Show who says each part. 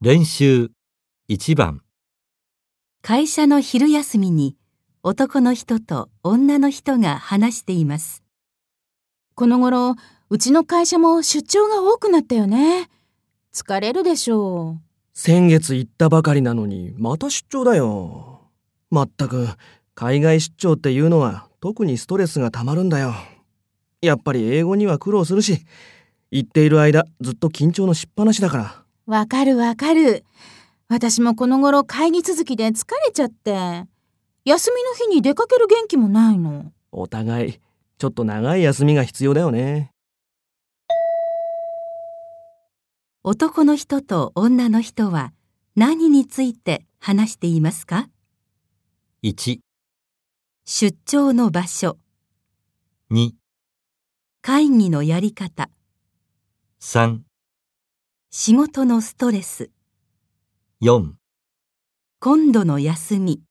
Speaker 1: 練習1番
Speaker 2: 会社の昼休みに男の人と女の人が話しています。
Speaker 3: この頃、うちの会社も出張が多くなったよね。疲れるでしょう。
Speaker 4: 先月行ったばかりなのにまた出張だよまったく海外出張っていうのは特にストレスがたまるんだよやっぱり英語には苦労するし行っている間ずっと緊張のしっぱなしだから
Speaker 3: わかるわかる。私もこの頃会議続きで疲れちゃって。休みの日に出かける元気もないの。
Speaker 4: お互いちょっと長い休みが必要だよね
Speaker 2: 男の人と女の人は何について話していますか
Speaker 1: 1、
Speaker 2: 出張の場所、
Speaker 1: 2、
Speaker 2: 会議のやり方、
Speaker 1: 3、
Speaker 2: 仕事のストレス、
Speaker 1: 4
Speaker 2: 今度の休み。